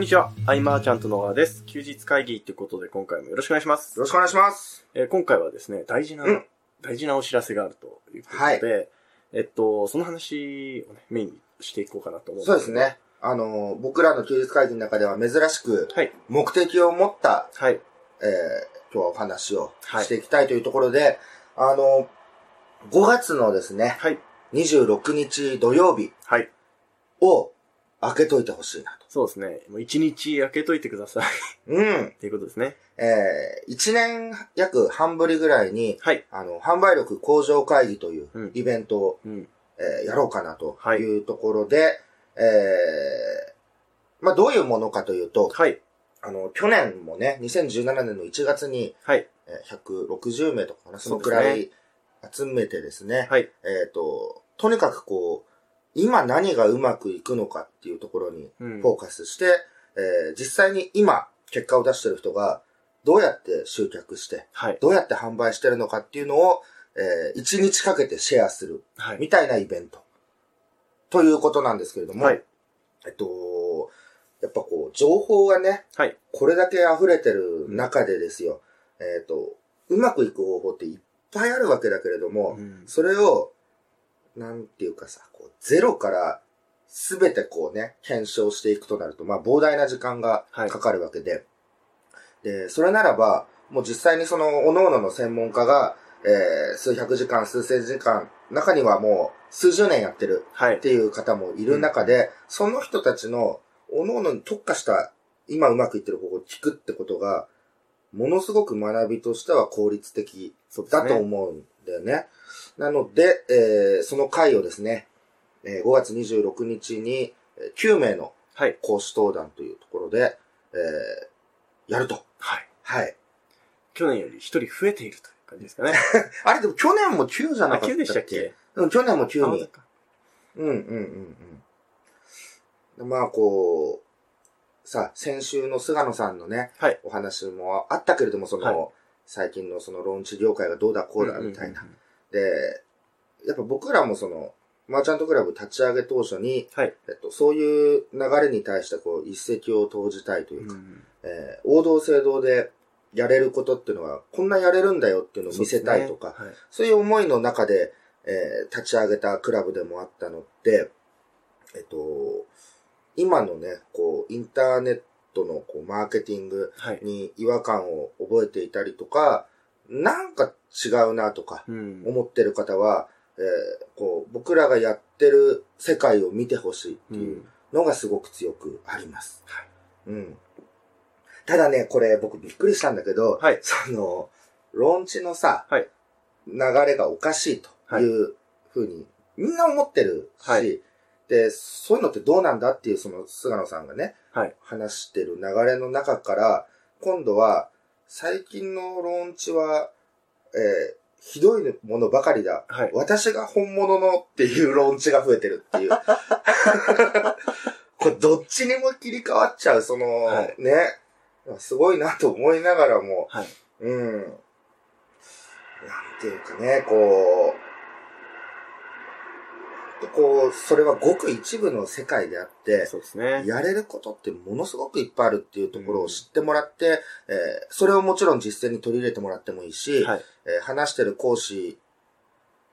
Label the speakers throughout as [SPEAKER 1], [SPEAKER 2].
[SPEAKER 1] にちは。アイマーちゃんと野川です。休日会議ということで今回もよろしくお願いします。
[SPEAKER 2] よろしくお願いします。
[SPEAKER 1] えー今回はですね、大事な、
[SPEAKER 2] うん
[SPEAKER 1] 大事なお知らせがあるということで、えっと、その話を、ね、メインにしていこうかなと思うん
[SPEAKER 2] そうです
[SPEAKER 1] けど。
[SPEAKER 2] ね。あの、僕らの休日会議の中では珍しく、
[SPEAKER 1] はい。
[SPEAKER 2] 目的を持った、
[SPEAKER 1] はい。
[SPEAKER 2] えー、今日はお話を
[SPEAKER 1] はい
[SPEAKER 2] していきたいというところで、あの、5月のですね、
[SPEAKER 1] はい。
[SPEAKER 2] 26日土曜日
[SPEAKER 1] はい。
[SPEAKER 2] を開けといてほしいなと。
[SPEAKER 1] そうですね。もう一日開けといてください
[SPEAKER 2] うん。
[SPEAKER 1] っていうことですね。
[SPEAKER 2] えー、1年約半ぶりぐらいに、
[SPEAKER 1] はい。
[SPEAKER 2] あの、販売力向上会議という
[SPEAKER 1] うん
[SPEAKER 2] イベントを、
[SPEAKER 1] うん。
[SPEAKER 2] えーやろうかなというところで、えー、まあ、どういうものかというと、
[SPEAKER 1] はい。
[SPEAKER 2] あの、去年もね、2017年の1月に、
[SPEAKER 1] はい。
[SPEAKER 2] えー160名とかかな、そ
[SPEAKER 1] そうで
[SPEAKER 2] の
[SPEAKER 1] す
[SPEAKER 2] く
[SPEAKER 1] ね
[SPEAKER 2] らい集めてですね、
[SPEAKER 1] はい。
[SPEAKER 2] えっ、と、とにかくこう、今何がうまくいくのかっていうところに
[SPEAKER 1] うん。
[SPEAKER 2] フォーカスして、えー実際に今結果を出してる人が、どうやって集客して、
[SPEAKER 1] はい。
[SPEAKER 2] どうやって販売してるのかっていうのを、え1日かけてシェアする、
[SPEAKER 1] はい。
[SPEAKER 2] みたいなイベント。ということなんですけれども、
[SPEAKER 1] はい。
[SPEAKER 2] えっと、やっぱこう、情報がね、
[SPEAKER 1] はい。
[SPEAKER 2] これだけ溢れてる中でですよ、えっ、と、うまくいく方法っていっぱいあるわけだけれども、
[SPEAKER 1] うん
[SPEAKER 2] それを、なんていうかさ、こうゼロからすべてこうね、検証していくとなると、まあ膨大な時間が
[SPEAKER 1] はい
[SPEAKER 2] かかるわけで、で、それならば、もう実際にその、各々の専門家が、えー数百時間、数千時間、中にはもう数十年やってる
[SPEAKER 1] はい
[SPEAKER 2] っ。ていう方もいる中で、その人たちの、おのおのに特化した、今うまくいってる方法を聞くってことが、ものすごく学びとしては効率的
[SPEAKER 1] そうです
[SPEAKER 2] だ
[SPEAKER 1] ね。
[SPEAKER 2] と思うんだよね。なので、えーその回をですね、えー5月26日にえー9名の
[SPEAKER 1] はい。
[SPEAKER 2] 講師登壇というところで、えーやると。
[SPEAKER 1] はい。
[SPEAKER 2] はい。
[SPEAKER 1] 去年より一人増えているという感じ ですかね。
[SPEAKER 2] あれでも去年も9じゃ
[SPEAKER 1] あ、
[SPEAKER 2] なかったっけ
[SPEAKER 1] 9でしたっけ
[SPEAKER 2] うん、去年も9
[SPEAKER 1] あ
[SPEAKER 2] に
[SPEAKER 1] そっか
[SPEAKER 2] うんうんうんうん。まあこう、さ、先週の菅野さんのね、
[SPEAKER 1] はい
[SPEAKER 2] お話もあったけれども、その、
[SPEAKER 1] はい
[SPEAKER 2] 最近のそのローンチ業界がどうだこうだみたいな。
[SPEAKER 1] んんん
[SPEAKER 2] で、やっぱ僕らもその、マーチャントクラブ立ち上げ当初に、
[SPEAKER 1] はい。
[SPEAKER 2] えっと、そういう流れに対してこう一石を投じたいというか、
[SPEAKER 1] うん
[SPEAKER 2] えー王道正道でやれることっていうのは、こんなやれるんだよっていうのを見せたいとか、
[SPEAKER 1] そうですね
[SPEAKER 2] そういう思いの中で、えー立ち上げたクラブでもあったので、えっと、今のね、こう、インターネットのこうマーケティング
[SPEAKER 1] はい。はい。
[SPEAKER 2] に違和感を覚えていたりとか、なんか違うなとか
[SPEAKER 1] うん。
[SPEAKER 2] 思ってる方は、えーこう、僕らがやってる世界を見てほしいって
[SPEAKER 1] う
[SPEAKER 2] いうんのがすごく強くあります。
[SPEAKER 1] はい
[SPEAKER 2] うん。ただね、これ僕びっくりしたんだけど、
[SPEAKER 1] はい
[SPEAKER 2] その、ローンチのさ、
[SPEAKER 1] はい
[SPEAKER 2] 流れがおかしいというふうに、みんな思ってるし、
[SPEAKER 1] はい
[SPEAKER 2] で、そういうのってどうなんだっていう、その菅野さんがね、
[SPEAKER 1] はい
[SPEAKER 2] 話してる流れの中から、今度は、最近のローンチは、えーひどいものばかりだ。
[SPEAKER 1] はい。
[SPEAKER 2] 私が本物のっていうローンチが増えてるっていう。 これどっちにも切り替わっちゃう、その、
[SPEAKER 1] はい
[SPEAKER 2] ね。すごいなと思いながらも、
[SPEAKER 1] はい。
[SPEAKER 2] うん。なんていうかね、こう、こう、それはごく一部の世界であって、
[SPEAKER 1] そうですね。
[SPEAKER 2] やれることってものすごくいっぱいあるっていうところを知ってもらって、えーそれをもちろん実践に取り入れてもらってもいいし、
[SPEAKER 1] はい。
[SPEAKER 2] えー話してる講師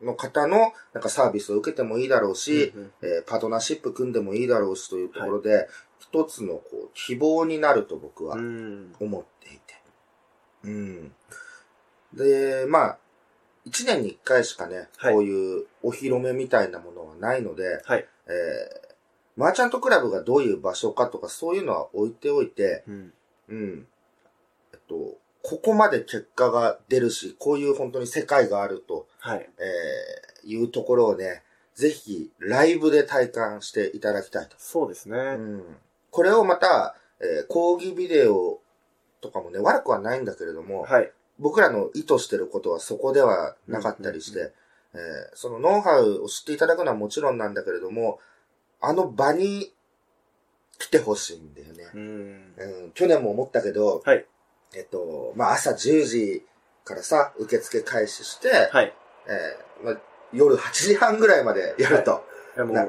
[SPEAKER 2] の方のなんかサービスを受けてもいいだろうし、
[SPEAKER 1] うんうん
[SPEAKER 2] えーパートナーシップ組んでもいいだろうしというところで、一つのこう希望になると僕は
[SPEAKER 1] うん。
[SPEAKER 2] 思っていて。うん。で、まあ、一年に一回しかね、
[SPEAKER 1] はい
[SPEAKER 2] こういうお披露目みたいなものはないので、
[SPEAKER 1] はい。
[SPEAKER 2] えーマーチャントクラブがどういう場所かとかそういうのは置いておいて、
[SPEAKER 1] うん。
[SPEAKER 2] うん。えっと、ここまで結果が出るし、こういう本当に世界があると、
[SPEAKER 1] はい。
[SPEAKER 2] えーいうところをね、ぜひライブで体感していただきたいと。
[SPEAKER 1] そうですね。
[SPEAKER 2] うん。これをまた、えー講義ビデオとかもね、悪くはないんだけれども、
[SPEAKER 1] はい。
[SPEAKER 2] 僕らの意図してることはそこではなかったりして、
[SPEAKER 1] うん
[SPEAKER 2] えーそのノウハウを知っていただくのはもちろんなんだけれども、あの場に来てほしいんだよね。
[SPEAKER 1] うん。
[SPEAKER 2] うん、去年も思ったけど、
[SPEAKER 1] はい
[SPEAKER 2] えっと、まあ、朝10時からさ、受付開始して、
[SPEAKER 1] はい。
[SPEAKER 2] えーまあ、夜8時半ぐらいまでやると。
[SPEAKER 1] いやもう、
[SPEAKER 2] な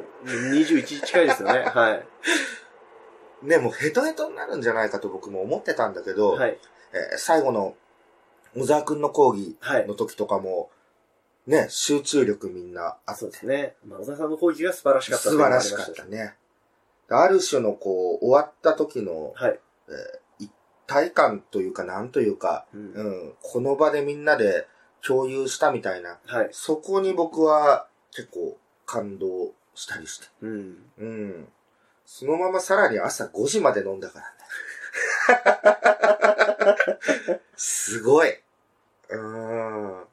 [SPEAKER 1] 21近いですよね。はい。
[SPEAKER 2] ね、もうヘトヘトになるんじゃないかと僕も思ってたんだけど、
[SPEAKER 1] はい。
[SPEAKER 2] えー最後の小沢くんの講義
[SPEAKER 1] はい。
[SPEAKER 2] の時とかも、ね、集中力みんなあ
[SPEAKER 1] あ、そうですね。まあ、小沢さんの講義が素晴らしかった
[SPEAKER 2] 素晴らしかっ
[SPEAKER 1] と
[SPEAKER 2] たね。ある種のこう、終わった時の
[SPEAKER 1] はい。
[SPEAKER 2] 体感というか、なんというか、
[SPEAKER 1] うん
[SPEAKER 2] うん、この場でみんなで共有したみたいな、
[SPEAKER 1] はい。
[SPEAKER 2] そこに僕は結構感動したりして。
[SPEAKER 1] うん。
[SPEAKER 2] うん。そのままさらに朝5時まで飲んだからね。すごい。うーん。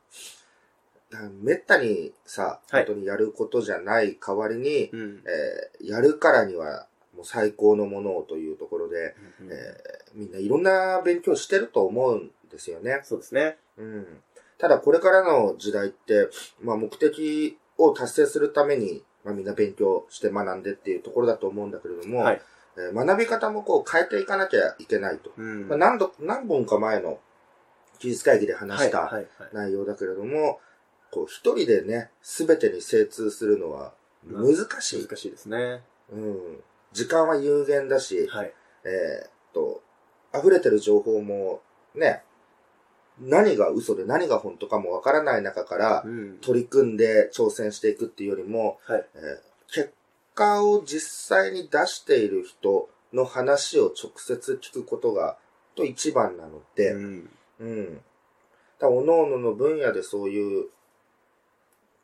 [SPEAKER 2] だからめったにさ、
[SPEAKER 1] は
[SPEAKER 2] 本
[SPEAKER 1] い
[SPEAKER 2] 当にやることじゃない代わりに、
[SPEAKER 1] うん。
[SPEAKER 2] えーやるからにはもう最高のものをというところで、えーみんないろんな勉強してると思うんですよね。
[SPEAKER 1] そうですね。
[SPEAKER 2] うん。ただこれからの時代って、まあ目的を達成するために、まあみんな勉強して学んでっていうところだと思うんだけれども、
[SPEAKER 1] はい
[SPEAKER 2] えー学び方もこう変えていかなきゃいけないと。
[SPEAKER 1] うん
[SPEAKER 2] まあ、何度、何本か前の技術会議で話した、
[SPEAKER 1] はい。はい。はい
[SPEAKER 2] 内容だけれども、こう一人でね、すべてに精通するのは難しい。
[SPEAKER 1] 難しいですね。
[SPEAKER 2] うん。時間は有限だし、
[SPEAKER 1] はい。
[SPEAKER 2] えーっと、溢れてる情報もね、何が嘘で何が本当かもわからない中から
[SPEAKER 1] うん。
[SPEAKER 2] 取り組んで挑戦していくっていうよりも、
[SPEAKER 1] はい。
[SPEAKER 2] えー結果を実際に出している人の話を直接聞くことがと一番なので、
[SPEAKER 1] うん
[SPEAKER 2] うん。だから各々の分野でそういう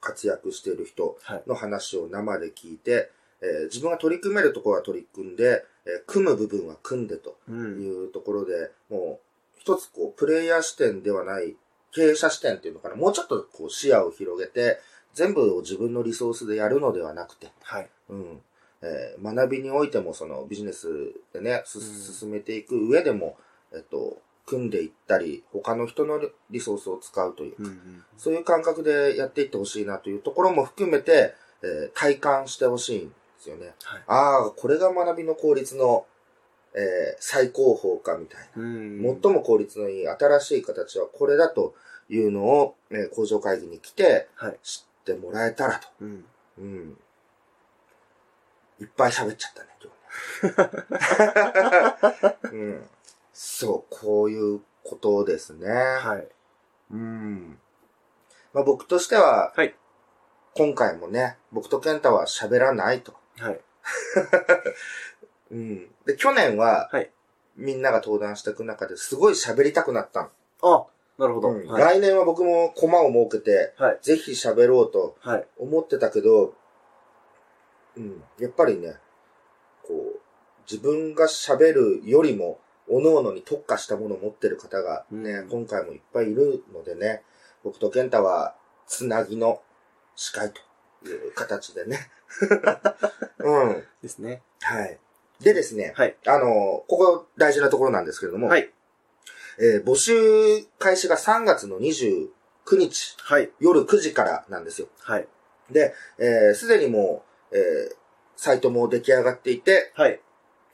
[SPEAKER 2] 活躍している人
[SPEAKER 1] はい。
[SPEAKER 2] の話を生で聞いて、えー自分が取り組めるところは取り組んで、えー組む部分は組んでと
[SPEAKER 1] う
[SPEAKER 2] い
[SPEAKER 1] ん。
[SPEAKER 2] うところで、もう一つこう、プレイヤー視点ではない経営者視点っていうのかな、もうちょっとこう視野を広げて、全部を自分のリソースでやるのではなくて、
[SPEAKER 1] はい。
[SPEAKER 2] うん。えー学びにおいても、そのビジネスでね、す
[SPEAKER 1] うん
[SPEAKER 2] 進めていく上でも、えっと、組んでいったり、他の人のリリソースを使うという、
[SPEAKER 1] うん。
[SPEAKER 2] そういう感覚でやっていってほしいなというところも含めて、えー体感してほしいんですよね。
[SPEAKER 1] はい
[SPEAKER 2] ああ、これが学びの効率の、えー最高峰かみたいな。
[SPEAKER 1] うん。
[SPEAKER 2] 最も効率のいい新しい形はこれだというのを、えー工場会議に来て
[SPEAKER 1] はい。
[SPEAKER 2] 知ってもらえたらと。
[SPEAKER 1] うん。
[SPEAKER 2] うん。いっぱい喋っちゃったね、 今日ね。うん。そう、こういうことですね。
[SPEAKER 1] はい。
[SPEAKER 2] うん。まあ僕としては、
[SPEAKER 1] はい
[SPEAKER 2] 今回もね、僕と健太は喋らないと。
[SPEAKER 1] はい。
[SPEAKER 2] うん。で、去年は、
[SPEAKER 1] はい
[SPEAKER 2] みんなが登壇していく中ですごい喋りたくなった
[SPEAKER 1] あ、
[SPEAKER 2] の
[SPEAKER 1] なるほど。
[SPEAKER 2] うん
[SPEAKER 1] はい。
[SPEAKER 2] 来年は僕もコマを設けて、
[SPEAKER 1] はい。
[SPEAKER 2] ぜひ喋ろうと
[SPEAKER 1] はい。
[SPEAKER 2] 思ってたけど、うん、やっぱりね、こう、自分が喋るよりも、各々に特化したものを持ってる方がね、
[SPEAKER 1] うん
[SPEAKER 2] 今回もいっぱいいるのでね、僕と健太は、つなぎの司会という形で ね。うん。は
[SPEAKER 1] ですね。
[SPEAKER 2] い。でですね、
[SPEAKER 1] はい。
[SPEAKER 2] あの、ここ大事なところなんですけれども、
[SPEAKER 1] はい。
[SPEAKER 2] えー募集開始が3月の29日、
[SPEAKER 1] はい。
[SPEAKER 2] 夜9時からなんですよ。
[SPEAKER 1] はい。
[SPEAKER 2] で、えーすでにもう、えーサイトも出来上がっていて、
[SPEAKER 1] はい。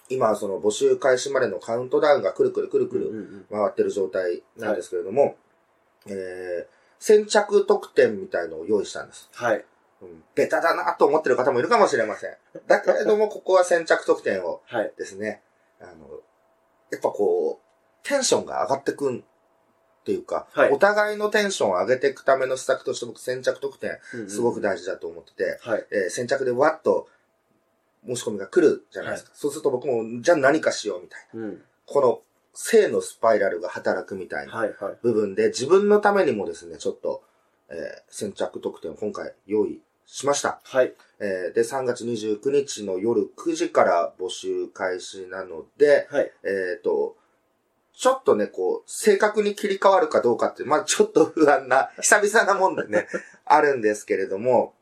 [SPEAKER 2] 今はその募集開始までのカウントダウンがくるくるくるく
[SPEAKER 1] うん
[SPEAKER 2] る
[SPEAKER 1] うん
[SPEAKER 2] 回ってる状態なんですけれども、えー先着特典みたいのを用意したんです。
[SPEAKER 1] はい。
[SPEAKER 2] うんベタだなと思ってる方もいるかもしれません。だけれども、ここは先着特典を
[SPEAKER 1] はい。
[SPEAKER 2] ですね、あの、やっぱこう、テンションが上がってくんっていうか、
[SPEAKER 1] はい
[SPEAKER 2] お互いのテンションを上げていくための施策として僕先着特典
[SPEAKER 1] うんうん
[SPEAKER 2] すごく。大事だと思ってて、
[SPEAKER 1] はい。
[SPEAKER 2] えー先着でわっと申し込みが来るじゃないですか。そうすると僕も、じゃあ何かしようみたいな。
[SPEAKER 1] うん。
[SPEAKER 2] この性のスパイラルが働くみたいな
[SPEAKER 1] はい。はい。
[SPEAKER 2] 部分で、自分のためにもですね、ちょっと、えー先着特典を今回用意しました。
[SPEAKER 1] はい。
[SPEAKER 2] えーで、3月29日の夜9時から募集開始なので、
[SPEAKER 1] はい。
[SPEAKER 2] えっ、と、ちょっとね、こう、正確に切り替わるかどうかって、まあ ちょっと不安な、久々なもんでね、 あるんですけれども、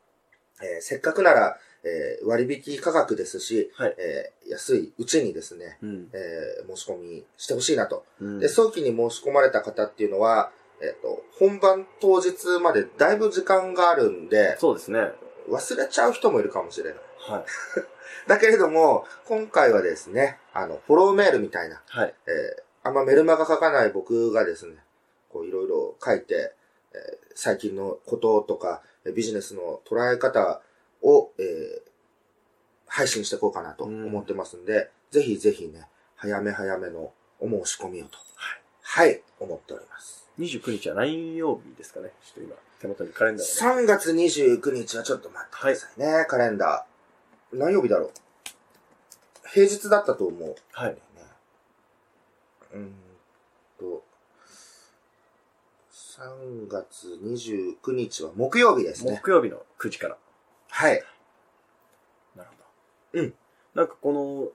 [SPEAKER 2] えーせっかくなら、えー割引価格ですし、
[SPEAKER 1] はい
[SPEAKER 2] えー安いうちにですね、
[SPEAKER 1] うん。
[SPEAKER 2] えー申し込みしてほしいなと。
[SPEAKER 1] うん
[SPEAKER 2] で、早期に申し込まれた方っていうのは、えっ、と、本番当日までだいぶ時間があるんで、
[SPEAKER 1] そうですね。は
[SPEAKER 2] 忘れちゃう人もいるかもしれない。
[SPEAKER 1] い。
[SPEAKER 2] だけれども、今回はですね、あの、フォローメールみたいな、
[SPEAKER 1] はい。
[SPEAKER 2] えーあんまメルマが書かない僕がですね、こういろいろ書いて、えー最近のこととか、えービジネスの捉え方を、えー配信していこうかなと
[SPEAKER 1] うん
[SPEAKER 2] 思ってますんで、ぜひぜひね、早め早めのお申し込みをと。はい。はい、思っております。
[SPEAKER 1] 29日は何曜日ですかねちょっと今、手元にカレンダーが
[SPEAKER 2] 3月29日はちょっと待ってくださいね、カレンダー。何曜日だろう平日だったと思う。
[SPEAKER 1] はい。
[SPEAKER 2] ね。うーんと、3月29日は木曜日ですね。
[SPEAKER 1] 木曜日の9時から。
[SPEAKER 2] はい。
[SPEAKER 1] なるほ
[SPEAKER 2] ど
[SPEAKER 1] ど。うん。なんかこ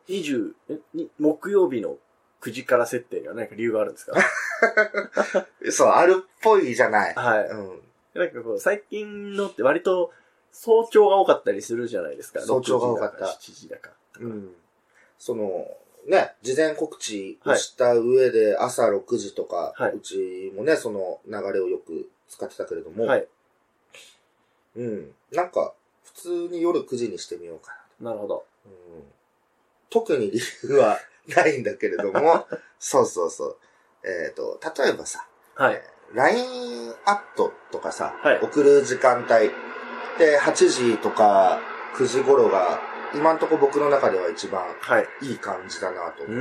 [SPEAKER 1] の20、え、に木曜日の9時から設定には何か理由があるんですか
[SPEAKER 2] そう、あるっぽいじゃない。
[SPEAKER 1] はい。
[SPEAKER 2] うん。
[SPEAKER 1] なんかこう、最近のって割と早朝が多かったりするじゃないですか。
[SPEAKER 2] 早朝が多かった
[SPEAKER 1] 6時だか7時だか。
[SPEAKER 2] うん。その、ね、事前告知をした上で朝6時とか、
[SPEAKER 1] はいう
[SPEAKER 2] ちもね、その流れをよく使ってたけれども、
[SPEAKER 1] はい。
[SPEAKER 2] うん。なんか、普通に夜9時にしてみようかな。
[SPEAKER 1] なるほど。
[SPEAKER 2] うん特に理由はないんだけれ ども、そうそうそう。えっ、と、例えばさ、
[SPEAKER 1] はい。
[SPEAKER 2] LINE アットとかさ、
[SPEAKER 1] はい
[SPEAKER 2] 送る時間帯で8時とか9時頃が、今んとこ僕の中では一番
[SPEAKER 1] はい。
[SPEAKER 2] いい感じだなと
[SPEAKER 1] う。ー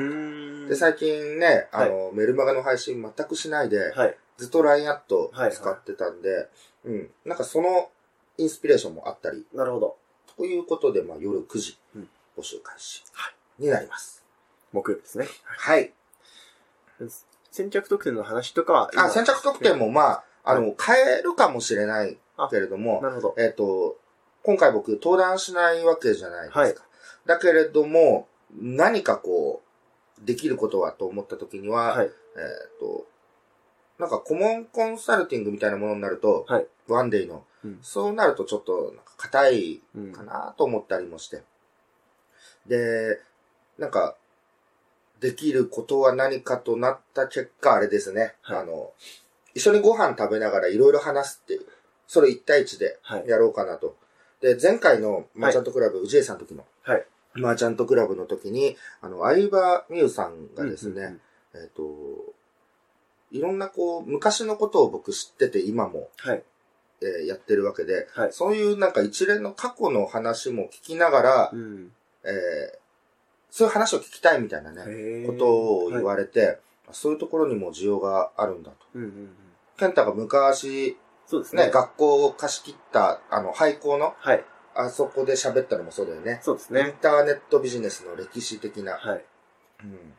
[SPEAKER 1] ん。
[SPEAKER 2] で、最近ね、あの、メルマガの配信全くしないで、
[SPEAKER 1] はい。
[SPEAKER 2] ずっと LINE アット使ってたんで、うん、なんかそのインスピレーションもあったり、
[SPEAKER 1] なるほど。
[SPEAKER 2] ということで、まあ夜9時
[SPEAKER 1] うん、
[SPEAKER 2] 募集開始
[SPEAKER 1] は
[SPEAKER 2] になります。
[SPEAKER 1] 木曜日ですね。
[SPEAKER 2] はい。
[SPEAKER 1] 先着特典の話とかは今
[SPEAKER 2] あ、先着特典も、まあ、あの、変えるかもしれないけれども、
[SPEAKER 1] なるほど。
[SPEAKER 2] えっ、と、今回僕、登壇しないわけじゃないですか。だけれども、何かこう、できることはと思った時には、
[SPEAKER 1] はい。
[SPEAKER 2] えっ、と、なんか顧問コンサルティングみたいなものになると、
[SPEAKER 1] はい
[SPEAKER 2] ワンデイの、
[SPEAKER 1] うん
[SPEAKER 2] そうなるとちょっと、なんか硬い
[SPEAKER 1] うん
[SPEAKER 2] かなと思ったりもして。で、なんか、できることは何かとなった結果、あれですね。
[SPEAKER 1] はい
[SPEAKER 2] あの、一緒にご飯食べながらいろいろ話すっていう、それ一対一で
[SPEAKER 1] はい。
[SPEAKER 2] やろうかなと。で、前回のマーチャントクラブ、宇治江さんの時の、
[SPEAKER 1] はい
[SPEAKER 2] マーチャントクラブの時に、あの、相葉美優さんがですね、
[SPEAKER 1] うんうんうん。
[SPEAKER 2] えっ、と、いろんなこう、昔のことを僕知ってて今も、
[SPEAKER 1] はい。
[SPEAKER 2] えーやってるわけで、
[SPEAKER 1] はい
[SPEAKER 2] そういうなんか一連の過去の話も聞きながら、
[SPEAKER 1] うん。
[SPEAKER 2] えーそういう話を聞きたいみたいなね、
[SPEAKER 1] へー
[SPEAKER 2] ことを言
[SPEAKER 1] はい
[SPEAKER 2] われて、そういうところにも需要があるんだと。
[SPEAKER 1] うんうんうん。
[SPEAKER 2] 健太が昔、
[SPEAKER 1] そうです
[SPEAKER 2] ね、
[SPEAKER 1] ね。
[SPEAKER 2] 学校を貸し切った、あの、廃校の、
[SPEAKER 1] はい。
[SPEAKER 2] あそこで喋ったのもそうだよね。
[SPEAKER 1] そうです
[SPEAKER 2] イン
[SPEAKER 1] ね。
[SPEAKER 2] ターネットビジネスの歴史的な。
[SPEAKER 1] はい。
[SPEAKER 2] うん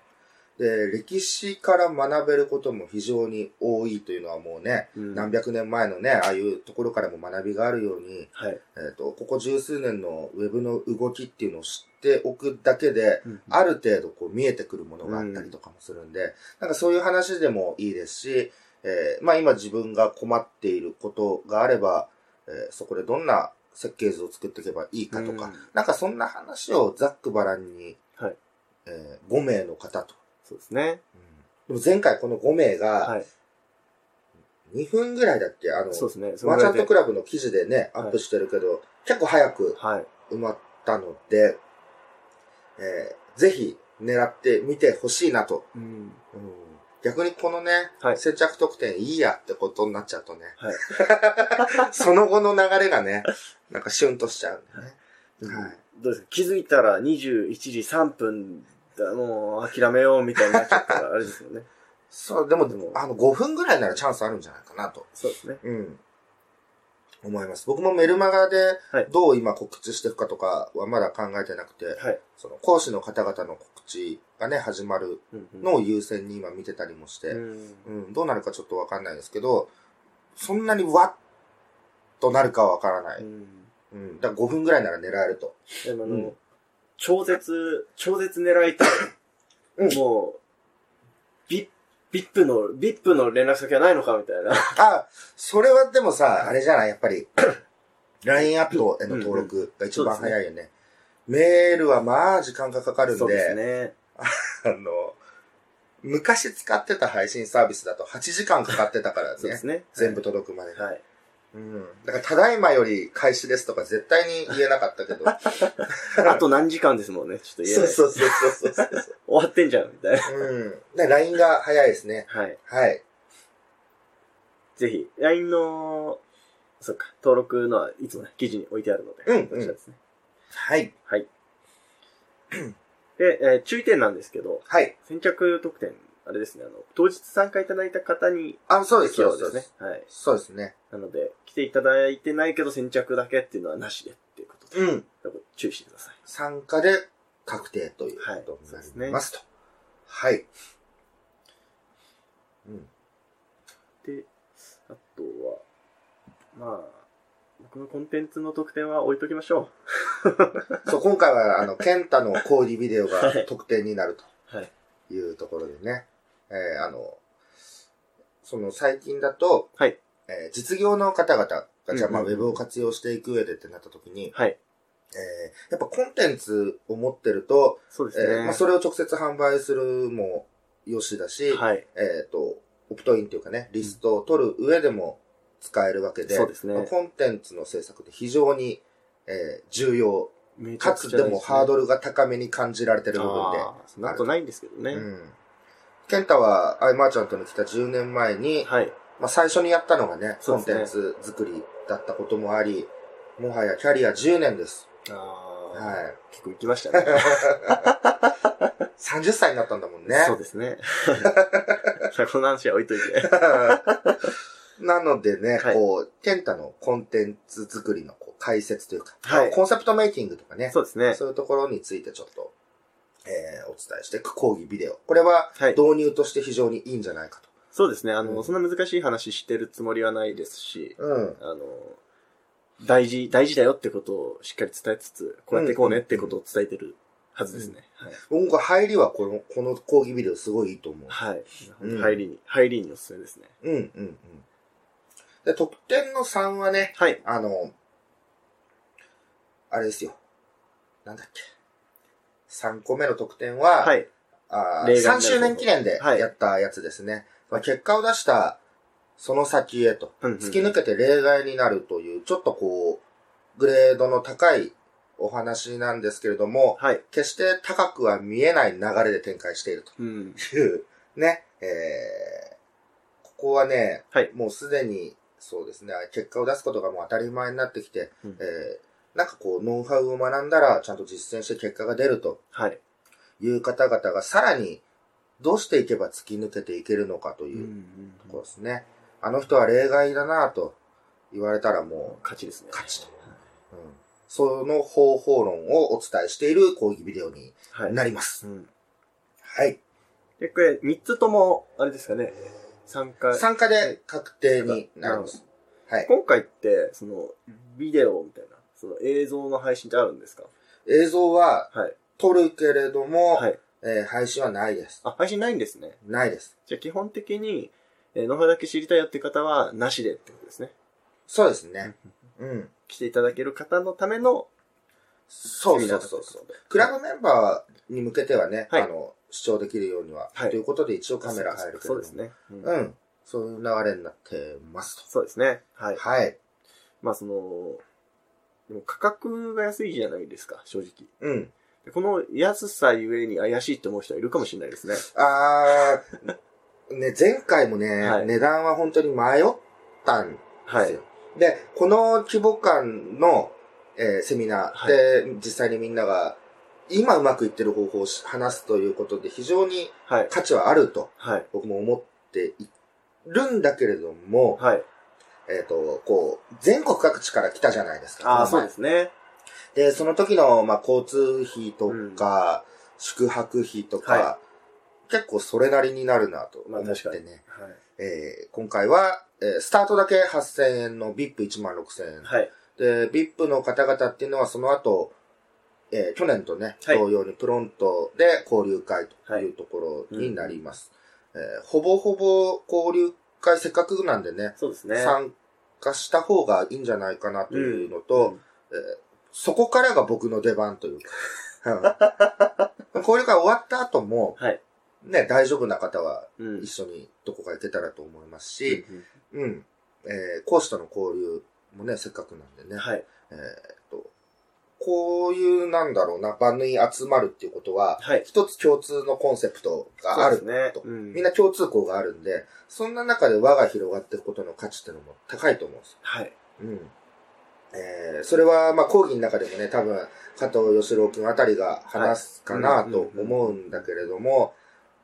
[SPEAKER 2] で、歴史から学べることも非常に多いというのはもうね、
[SPEAKER 1] うん
[SPEAKER 2] 何百年前のね、ああいうところからも学びがあるように、
[SPEAKER 1] はい。
[SPEAKER 2] えっとここ十数年のウェブの動きっていうのを知っておくだけで、
[SPEAKER 1] うん
[SPEAKER 2] ある程度こう見えてくるものがあったりとかもするんで、なんかそういう話でもいいですし、えーまあ今自分が困っていることがあれば、えーそこでどんな設計図を作っていけばいいかと
[SPEAKER 1] う
[SPEAKER 2] か、
[SPEAKER 1] ん
[SPEAKER 2] なんかそんな話をざっくばらんに、
[SPEAKER 1] はい
[SPEAKER 2] え5名の方と、
[SPEAKER 1] そうですね。
[SPEAKER 2] でも前回この5名が
[SPEAKER 1] はい。
[SPEAKER 2] 2分ぐらいだっけあの、
[SPEAKER 1] そうですね。そ
[SPEAKER 2] マ
[SPEAKER 1] の
[SPEAKER 2] ー
[SPEAKER 1] ぐら
[SPEAKER 2] チ
[SPEAKER 1] い
[SPEAKER 2] ャン
[SPEAKER 1] で
[SPEAKER 2] トクラブの記事でね、アップしてるけど、結構早く
[SPEAKER 1] はい。
[SPEAKER 2] 埋まったので、えーぜひ狙ってみてほしいなと。
[SPEAKER 1] うん。
[SPEAKER 2] 逆にこのね、
[SPEAKER 1] はい
[SPEAKER 2] 先着特典いいやってことになっちゃうとね、
[SPEAKER 1] はい
[SPEAKER 2] その後の流れがね、なんかシュンとしちゃうんだよね。はい
[SPEAKER 1] どうですか気づいたら21時3分だ、もう諦めようみたいになっちゃったら、あれです よね。
[SPEAKER 2] そう、でも、
[SPEAKER 1] でも
[SPEAKER 2] あの、5分ぐらいならチャンスあるんじゃないかなと。
[SPEAKER 1] そうですね。
[SPEAKER 2] うん。思います。僕もメルマガで
[SPEAKER 1] はい、
[SPEAKER 2] どう今告知していくかとかはまだ考えてなくて、
[SPEAKER 1] はい。
[SPEAKER 2] その講師の方々の告知がね、始まる
[SPEAKER 1] うんうん
[SPEAKER 2] のを優先に今見てたりもして、
[SPEAKER 1] うん
[SPEAKER 2] うん、どうなるかちょっとわかんないですけど、そんなにわっとなるかはわからな
[SPEAKER 1] う
[SPEAKER 2] い。
[SPEAKER 1] ん。
[SPEAKER 2] うん、だから5分ぐらいなら狙えると。
[SPEAKER 1] でもあ
[SPEAKER 2] うん
[SPEAKER 1] の、超絶、超絶狙いたい。
[SPEAKER 2] うん
[SPEAKER 1] もう、ビッ、ビップの、ビップの連絡先はないのかみたいな。
[SPEAKER 2] あ、それはでもさ、あれじゃないやっぱり、LINE アップへの登録が一番早いよね。メールはまあ時間がかかるん
[SPEAKER 1] そうです
[SPEAKER 2] で、
[SPEAKER 1] ね。
[SPEAKER 2] あの、昔使ってた配信サービスだと8時間かかってたから
[SPEAKER 1] そうで
[SPEAKER 2] ね
[SPEAKER 1] す。ね。
[SPEAKER 2] 全部届くまでが。
[SPEAKER 1] はい。
[SPEAKER 2] うん。だから、ただいまより開始ですとか絶対に言えなかったけど。
[SPEAKER 1] はい。あと何時間ですもんね。ちょっと言え
[SPEAKER 2] そ
[SPEAKER 1] な
[SPEAKER 2] う
[SPEAKER 1] い。
[SPEAKER 2] そうそうそうそう。
[SPEAKER 1] 終わってんじゃん、みたいな。
[SPEAKER 2] うん。だから LINE が早いですね。
[SPEAKER 1] はい。
[SPEAKER 2] はい。
[SPEAKER 1] ぜひ、LINE の、そっか、登録のはいつもね、記事に置いてあるので。
[SPEAKER 2] うん
[SPEAKER 1] こちらですね。
[SPEAKER 2] はい。
[SPEAKER 1] はい。で、えー注意点なんですけど、
[SPEAKER 2] はい。
[SPEAKER 1] 先着特典、あれですね、あの、当日参加いただいた方に、
[SPEAKER 2] あ、そうです、
[SPEAKER 1] そ
[SPEAKER 2] そううです。
[SPEAKER 1] ですね。はい。
[SPEAKER 2] そうですね。
[SPEAKER 1] なので、来ていただいてないけど先着だけっていうのはなしでっていうことで、
[SPEAKER 2] うん。
[SPEAKER 1] 注意してください。
[SPEAKER 2] 参加で確定ということになりますと。はい。うん。
[SPEAKER 1] で、あとは、まあ、僕のコンテンツの特典は置いときましょ
[SPEAKER 2] そう、今回 は、あの、ケンタのコーディビデオ
[SPEAKER 1] は
[SPEAKER 2] が
[SPEAKER 1] い
[SPEAKER 2] 特典になる
[SPEAKER 1] う。はい。
[SPEAKER 2] というところでね。えーあの、その最近だと、
[SPEAKER 1] はい。
[SPEAKER 2] えー実業の方々が、じゃあまあ、
[SPEAKER 1] うん
[SPEAKER 2] ウ
[SPEAKER 1] うん
[SPEAKER 2] ェブを活用していく上でってなった時に、
[SPEAKER 1] はい。
[SPEAKER 2] えーやっぱコンテンツを持ってると、
[SPEAKER 1] そうですね。
[SPEAKER 2] えーまあ、それを直接販売するもよしだし、
[SPEAKER 1] はい。
[SPEAKER 2] えっ、と、オプトインというかね、リストを取る上でも使えるわけで、
[SPEAKER 1] そうですね
[SPEAKER 2] まあコンテンツの制作って非常に、えー重要、
[SPEAKER 1] め
[SPEAKER 2] かつでもハードルが高めに感じられてる部分で。
[SPEAKER 1] あーそんなことないんですけどね。
[SPEAKER 2] うん。ケンタは、アイマーちゃんとの来た10年前に、
[SPEAKER 1] はい。
[SPEAKER 2] まあ最初にやったのがね、
[SPEAKER 1] そう
[SPEAKER 2] コ
[SPEAKER 1] で
[SPEAKER 2] ン
[SPEAKER 1] すね
[SPEAKER 2] テンツ作りだったこともあり、もはやキャリア10年です。
[SPEAKER 1] ああ、
[SPEAKER 2] はい。
[SPEAKER 1] 結構行きましたね。
[SPEAKER 2] 30歳になったんだもんね。
[SPEAKER 1] そうですね。 この話は置いといて。
[SPEAKER 2] なのでね、
[SPEAKER 1] はい
[SPEAKER 2] こう、ケンタのコンテンツ作りのこう解説というか、
[SPEAKER 1] はい
[SPEAKER 2] コンセプトメイキングとかね、
[SPEAKER 1] そうですね。
[SPEAKER 2] そういうところについてちょっと、えーお伝えしていく講義ビデオ。これは
[SPEAKER 1] はい。
[SPEAKER 2] 導入として非常にいいんじゃないかと。
[SPEAKER 1] そうですね。あの、
[SPEAKER 2] うん
[SPEAKER 1] そんな難しい話してるつもりはないですし、
[SPEAKER 2] うん。
[SPEAKER 1] あの、大事、大事だよってことをしっかり伝えつつ、こうやっていこうねってことを伝えてるはずですね。
[SPEAKER 2] 僕は入りはこの、この講義ビデオすごいいいと思う。
[SPEAKER 1] はい。
[SPEAKER 2] うん
[SPEAKER 1] はい。入りに、入りにおすすめですね。
[SPEAKER 2] うん、うん、うん。で、特典の3はね、
[SPEAKER 1] はい。
[SPEAKER 2] あの、あれですよ。なんだっけ。3個目の特典は、
[SPEAKER 1] はい。
[SPEAKER 2] あ
[SPEAKER 1] 例外になる
[SPEAKER 2] 3周年記念で
[SPEAKER 1] はい
[SPEAKER 2] やったやつですね。まあ、結果を出したその先へと、
[SPEAKER 1] うんうん
[SPEAKER 2] 突き抜けて例外になるという、ちょっとこう、グレードの高いお話なんですけれども、
[SPEAKER 1] はい。
[SPEAKER 2] 決して高くは見えない流れで展開している
[SPEAKER 1] うん。
[SPEAKER 2] という、ね、えー、ここはね、
[SPEAKER 1] はい
[SPEAKER 2] もうすでに、そうですね、結果を出すことがもう当たり前になってきて、
[SPEAKER 1] うん
[SPEAKER 2] えーなんかこう、ノウハウを学んだら、ちゃんと実践して結果が出ると
[SPEAKER 1] はい。
[SPEAKER 2] いう方々がさらにどうしていけば突き抜けていけるのかと
[SPEAKER 1] うんう
[SPEAKER 2] いうと
[SPEAKER 1] ん
[SPEAKER 2] ころですね。あの人は例外だなぁと言われたら
[SPEAKER 1] うん
[SPEAKER 2] も
[SPEAKER 1] 勝ちですね
[SPEAKER 2] う。勝ちと。うん、その方法論をお伝えしている講義ビデオに
[SPEAKER 1] はい。
[SPEAKER 2] なります
[SPEAKER 1] う。ん。
[SPEAKER 2] はい。
[SPEAKER 1] で、これ、三つとも、あれですかね、参加。
[SPEAKER 2] 参加で確定になります。はい。
[SPEAKER 1] 今回って、その、ビデオみたいな、その映像の配信ってあるんですか
[SPEAKER 2] 映像は
[SPEAKER 1] はい。
[SPEAKER 2] 撮るけれども、
[SPEAKER 1] はい。
[SPEAKER 2] えー配信はないです。
[SPEAKER 1] あ、配信ないんですね。
[SPEAKER 2] ないです。
[SPEAKER 1] じゃあ基本的に、えー、ノウハウだけ知りたいよっていう方は、なしでってことですね。
[SPEAKER 2] そうですね。うん。
[SPEAKER 1] 来ていただける方のための、
[SPEAKER 2] そうそうそうそう。クラブメンバーに向けてはね、
[SPEAKER 1] はい
[SPEAKER 2] あの、視聴できるようには、
[SPEAKER 1] はい
[SPEAKER 2] ということで一応カメラ入るけれど
[SPEAKER 1] そう
[SPEAKER 2] も
[SPEAKER 1] です。ね。うん
[SPEAKER 2] うん。そういう流れになってます
[SPEAKER 1] そうですね。は
[SPEAKER 2] と。
[SPEAKER 1] い。
[SPEAKER 2] はい。
[SPEAKER 1] まあその、でも価格が安いじゃないですか、正直。
[SPEAKER 2] うん。
[SPEAKER 1] でこの安さゆえに怪しいって思う人はいるかもしれないですね。
[SPEAKER 2] あー、 ね、前回もね、
[SPEAKER 1] はい
[SPEAKER 2] 値段は本当に迷ったんで
[SPEAKER 1] は
[SPEAKER 2] す
[SPEAKER 1] い
[SPEAKER 2] よ。。で、この規模感の、えーセミナーで、実際にみんなが、今うまくいってる方法を話すということで、非常に
[SPEAKER 1] はい。
[SPEAKER 2] 価値はあると、
[SPEAKER 1] はい。
[SPEAKER 2] 僕も思っているんだけれども、
[SPEAKER 1] はい。
[SPEAKER 2] えっ、と、こう、全国各地から来たじゃないですか。
[SPEAKER 1] ああ、
[SPEAKER 2] こ
[SPEAKER 1] そ
[SPEAKER 2] の
[SPEAKER 1] う
[SPEAKER 2] 前
[SPEAKER 1] ですね。
[SPEAKER 2] で、その時の、まあ、交通費とか、宿泊費とか、
[SPEAKER 1] は
[SPEAKER 2] 結構それなりになるなと
[SPEAKER 1] まあ
[SPEAKER 2] 思って
[SPEAKER 1] 確か
[SPEAKER 2] ね。
[SPEAKER 1] はい。
[SPEAKER 2] えー今回は、えースタートだけ8000円の VIP1 万6000円。
[SPEAKER 1] はい。
[SPEAKER 2] で、VIP の方々っていうのはその後、えー去年とね、
[SPEAKER 1] はい
[SPEAKER 2] 同様にプロントで交流会というところになります。えーほぼほぼ交流会せっかくなんでね、
[SPEAKER 1] そうですね。
[SPEAKER 2] 参加した方がいいんじゃないかなというのと、
[SPEAKER 1] うん
[SPEAKER 2] そこからが僕の出番というか。うんこれが終わった後も、
[SPEAKER 1] はい。
[SPEAKER 2] ね、大丈夫な方は
[SPEAKER 1] うん
[SPEAKER 2] 一緒にどこか行けたらと思いますし、
[SPEAKER 1] う
[SPEAKER 2] うん、えー講師との交流もね、せっかくなんでね、
[SPEAKER 1] んはい。
[SPEAKER 2] えーっと、こういう、なんだろうな、場に集まるっていうことは、
[SPEAKER 1] はい。
[SPEAKER 2] 一つ共通のコンセプトがある
[SPEAKER 1] そうですね
[SPEAKER 2] と。
[SPEAKER 1] うん
[SPEAKER 2] みんな共通項があるんで、そんな中で輪が広がっていくことの価値っていうのも高いと思うんですよ
[SPEAKER 1] はい。
[SPEAKER 2] うん。えーそれは、まあ、講義の中でもね、多分、加藤義郎君あたりが話すかな
[SPEAKER 1] はい
[SPEAKER 2] と思うんだけれども、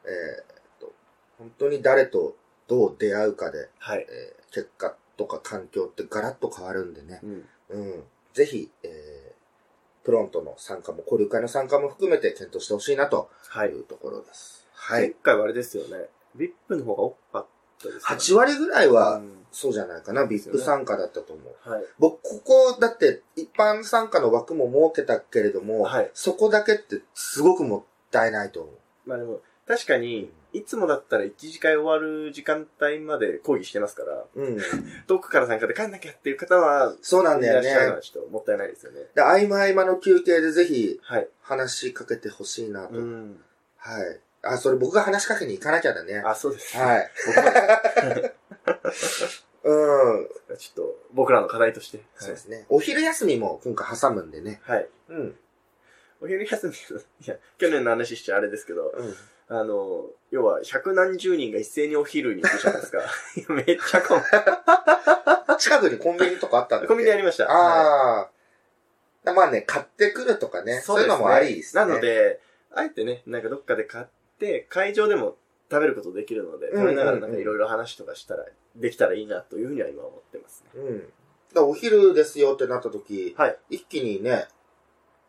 [SPEAKER 2] えーっと、本当に誰とどう出会うかで、
[SPEAKER 1] はい。
[SPEAKER 2] えー結果とか環境ってガラッと変わるんでね、
[SPEAKER 1] うん。
[SPEAKER 2] うん。ぜひ、えープロントの参加も、交流会の参加も含めて検討してほしいなと
[SPEAKER 1] はいい。
[SPEAKER 2] うところです。は
[SPEAKER 1] 前
[SPEAKER 2] い。
[SPEAKER 1] 回はあれですよね。ビップの方が多かったですね。
[SPEAKER 2] 8割ぐらいは、
[SPEAKER 1] うん
[SPEAKER 2] そうじゃないかな、
[SPEAKER 1] ですよね
[SPEAKER 2] VIP 参加だったと思う。
[SPEAKER 1] はい。
[SPEAKER 2] 僕、ここ、だって、一般参加の枠も設けたけれども、
[SPEAKER 1] はい
[SPEAKER 2] そこだけってすごくもったいないと思う。
[SPEAKER 1] まあでも、確かに、いつもだったら1次会終わる時間帯まで講義してますから、
[SPEAKER 2] うん。
[SPEAKER 1] 遠くから参加で帰んなきゃっていう方は、
[SPEAKER 2] そうなん
[SPEAKER 1] いら
[SPEAKER 2] だよ
[SPEAKER 1] っしゃるの
[SPEAKER 2] ね。
[SPEAKER 1] はちょっともったいないですよね。
[SPEAKER 2] で、合間合間の休憩でぜひ
[SPEAKER 1] はい。
[SPEAKER 2] 話しかけてほしいなと、
[SPEAKER 1] うん。
[SPEAKER 2] はい。あ、それ僕が話しかけに行かなきゃだね。
[SPEAKER 1] あ、そうです。
[SPEAKER 2] はい。
[SPEAKER 1] 僕ら
[SPEAKER 2] うん。
[SPEAKER 1] ちょっと、僕らの課題として。
[SPEAKER 2] そう
[SPEAKER 1] は
[SPEAKER 2] で
[SPEAKER 1] い
[SPEAKER 2] すね。お昼休みも今回挟むんでね。
[SPEAKER 1] はい。
[SPEAKER 2] うん。
[SPEAKER 1] お昼休み、いや、去年の話しちゃあれですけど、
[SPEAKER 2] うん。
[SPEAKER 1] あの、要は、百何十人が一斉にお昼に行くじゃない ですか。いやめっちゃ混む。
[SPEAKER 2] 近くにコンビニとかあったんだっけ
[SPEAKER 1] コンビニありました。は
[SPEAKER 2] ああ、まあね、買ってくるとか
[SPEAKER 1] い
[SPEAKER 2] ね。そういうのもありですね。
[SPEAKER 1] なの、で、あえてね、なんかどっかで買って、会場でも食べることできるので、
[SPEAKER 2] うんうん
[SPEAKER 1] 食
[SPEAKER 2] う
[SPEAKER 1] べ
[SPEAKER 2] ん
[SPEAKER 1] ながらなんかいろいろ話とかしたら、できたらいいなというふうには今思ってますね。
[SPEAKER 2] うん。だからお昼ですよってなった時、
[SPEAKER 1] はい
[SPEAKER 2] 一気にね、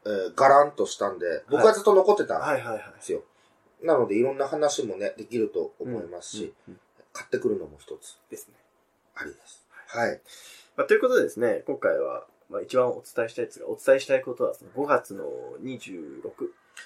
[SPEAKER 2] えーガランとしたんで、僕はずっと残ってたん
[SPEAKER 1] はいはいはい。
[SPEAKER 2] ですよ。なので、いろんな話もね、できると思いますし、
[SPEAKER 1] うんうん
[SPEAKER 2] 買ってくるのも一つ
[SPEAKER 1] ですね。
[SPEAKER 2] ありです。はい。
[SPEAKER 1] まあ、ということでですね、今回は、まあ、一番お伝えしたいやつが、お伝えしたいことは、その5月の26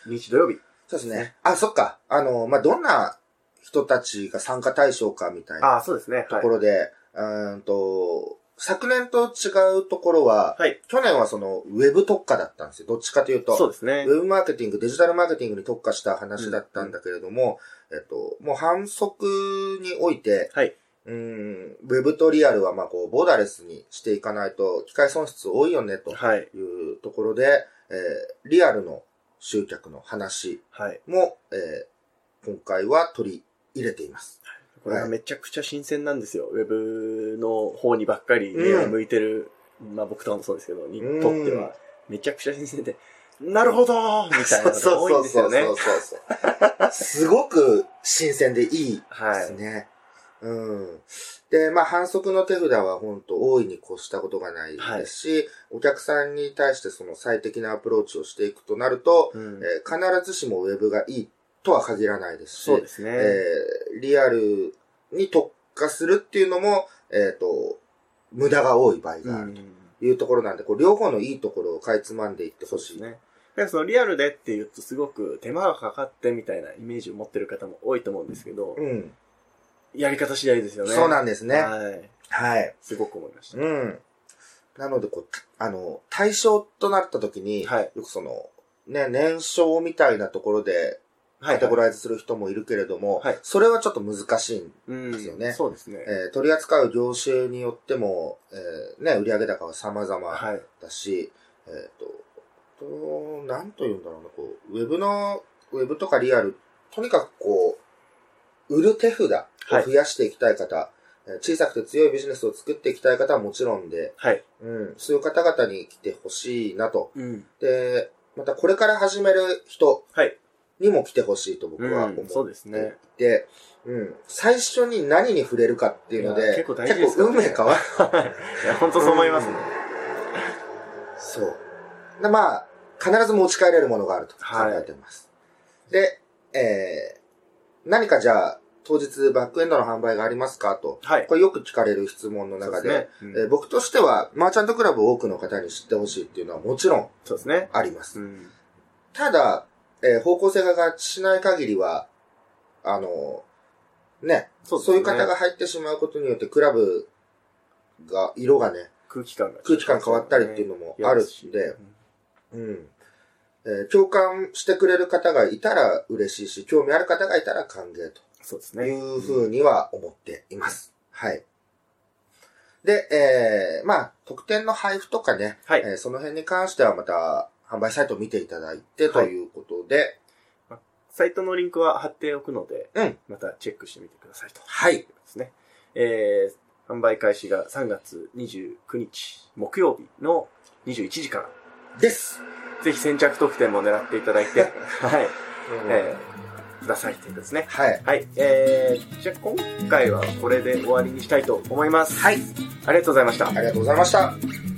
[SPEAKER 1] 日土曜日。
[SPEAKER 2] そうですね。あ、そっか。あの、まあ、どんな人たちが参加対象かみたいな
[SPEAKER 1] ああ、そうですね。
[SPEAKER 2] と
[SPEAKER 1] はい
[SPEAKER 2] こ。ろで、うーんと、昨年と違うところは、
[SPEAKER 1] はい。
[SPEAKER 2] 去年はその、ウェブ特化だったんですよ。どっちかというと。
[SPEAKER 1] そうですね
[SPEAKER 2] ウ。ェブマーケティング、デジタルマーケティングに特化した話だったんだけれども、えっと、もう反則において、
[SPEAKER 1] はい。
[SPEAKER 2] うーん、ウェブとリアルはまあこう、ボーダーレスにしていかないと、機械損失多いよね、と
[SPEAKER 1] はい。
[SPEAKER 2] いうところで、えーリアルの集客の話
[SPEAKER 1] はい。
[SPEAKER 2] も、えー今回は取り入れています。
[SPEAKER 1] これがめちゃくちゃ新鮮なんですよ。ウェブの方にばっかり目を向いてる、まあ僕とかもそうですけど、にとって
[SPEAKER 2] うん
[SPEAKER 1] は、めちゃくちゃ新鮮で、なるほどーみたいなのが
[SPEAKER 2] そ
[SPEAKER 1] 多
[SPEAKER 2] う
[SPEAKER 1] い
[SPEAKER 2] そ
[SPEAKER 1] ん
[SPEAKER 2] う
[SPEAKER 1] ですよね
[SPEAKER 2] そ。うそうそう そう。すごく新鮮でいい
[SPEAKER 1] は
[SPEAKER 2] です
[SPEAKER 1] い。
[SPEAKER 2] ね。うん。で、まあ、反則の手札は本当大いに越したことがないですし、お客さんに対してその最適なアプローチをしていくとなると、
[SPEAKER 1] うん
[SPEAKER 2] えー必ずしもウェブがいいとは限らないですし、
[SPEAKER 1] そうですね。
[SPEAKER 2] えーリアルに特化するっていうのも、えっ、と、無駄が多い場合
[SPEAKER 1] う
[SPEAKER 2] がある
[SPEAKER 1] ん。
[SPEAKER 2] というところなんで、こう両方のいいところをかいつまんでいってほしい。
[SPEAKER 1] ね。なんかそのリアルでって言うとすごく手間がかかってみたいなイメージを持ってる方も多いと思うんですけど、
[SPEAKER 2] うん。
[SPEAKER 1] やり方次第ですよね。
[SPEAKER 2] そうんなんですね。
[SPEAKER 1] はい。
[SPEAKER 2] はい。
[SPEAKER 1] すごく思いました。
[SPEAKER 2] うん。なので、こう、あの、対象となった時に、
[SPEAKER 1] はい
[SPEAKER 2] よくその、ね、年商みたいなところで
[SPEAKER 1] は
[SPEAKER 2] カテゴライズする人もいるけれども、
[SPEAKER 1] はい
[SPEAKER 2] それはちょっと難しいん、
[SPEAKER 1] うん
[SPEAKER 2] ですよね
[SPEAKER 1] そうですね。
[SPEAKER 2] えー取り扱う業種によっても、えーね、売上高は様々
[SPEAKER 1] はい。
[SPEAKER 2] だし、えっ、と、と、なんと言うんだろうな、こう、ウェブの、ウェブとかリアル、とにかくこう、売る手札を増やしていきたい方、えー小さくて強いビジネスを作っていきたい方はもちろんで、
[SPEAKER 1] はい。
[SPEAKER 2] うん、そういう方々に来てほしいなと。
[SPEAKER 1] うん。
[SPEAKER 2] で、またこれから始める人
[SPEAKER 1] はい。
[SPEAKER 2] にも来てほしいと僕は思っていて、
[SPEAKER 1] うんそうですね
[SPEAKER 2] うん、最初に何に触れるかっていうの
[SPEAKER 1] いや
[SPEAKER 2] で、
[SPEAKER 1] 結構大事です
[SPEAKER 2] 結構
[SPEAKER 1] から
[SPEAKER 2] 運
[SPEAKER 1] ね
[SPEAKER 2] 命変わる。
[SPEAKER 1] いや、本当そう思いますね。
[SPEAKER 2] そう。でまあ、必ず持ち帰れるものがあると考えてます。で、えー、何かじゃあ、当日バックエンドの販売がありますかと。
[SPEAKER 1] はい。
[SPEAKER 2] これよく聞かれる質問の中で、
[SPEAKER 1] そうです
[SPEAKER 2] え
[SPEAKER 1] ね。
[SPEAKER 2] ー僕としては、マーチャントクラブを多くの方に知ってほしいっていうのはもちろん
[SPEAKER 1] そうですね。
[SPEAKER 2] あります
[SPEAKER 1] う。ん。
[SPEAKER 2] ただ、えー方向性が合致しない限りは、あのね、
[SPEAKER 1] そ
[SPEAKER 2] そうう
[SPEAKER 1] ですね
[SPEAKER 2] いう方が入ってしまうことによって、クラブが、色がね、
[SPEAKER 1] 空気感が。
[SPEAKER 2] 空気感変わったりっていうのもあるんで、うん。えー共感してくれる方がいたら嬉しいし、興味ある方がいたら歓迎
[SPEAKER 1] そうです
[SPEAKER 2] と
[SPEAKER 1] ね。
[SPEAKER 2] いうふうには思っています。はい。で、えーまあ、特典の配布とかね、
[SPEAKER 1] はい
[SPEAKER 2] えーその辺に関してはまた、販売サイトを見ていただいてということで、
[SPEAKER 1] サイトのリンクは貼っておくので、
[SPEAKER 2] うん
[SPEAKER 1] またチェックしてみてくださいと。
[SPEAKER 2] はい
[SPEAKER 1] ということですね。えー販売開始が3月29日木曜日の21時から。
[SPEAKER 2] です。
[SPEAKER 1] ぜひ先着特典も狙っていただい て、はい、え
[SPEAKER 2] え
[SPEAKER 1] ーくださいということですね。
[SPEAKER 2] はい。
[SPEAKER 1] はい、えー、じゃあ今回はこれで終わりにしたいと思います。
[SPEAKER 2] はい。
[SPEAKER 1] ありがとうございました
[SPEAKER 2] あ。りがとうございました。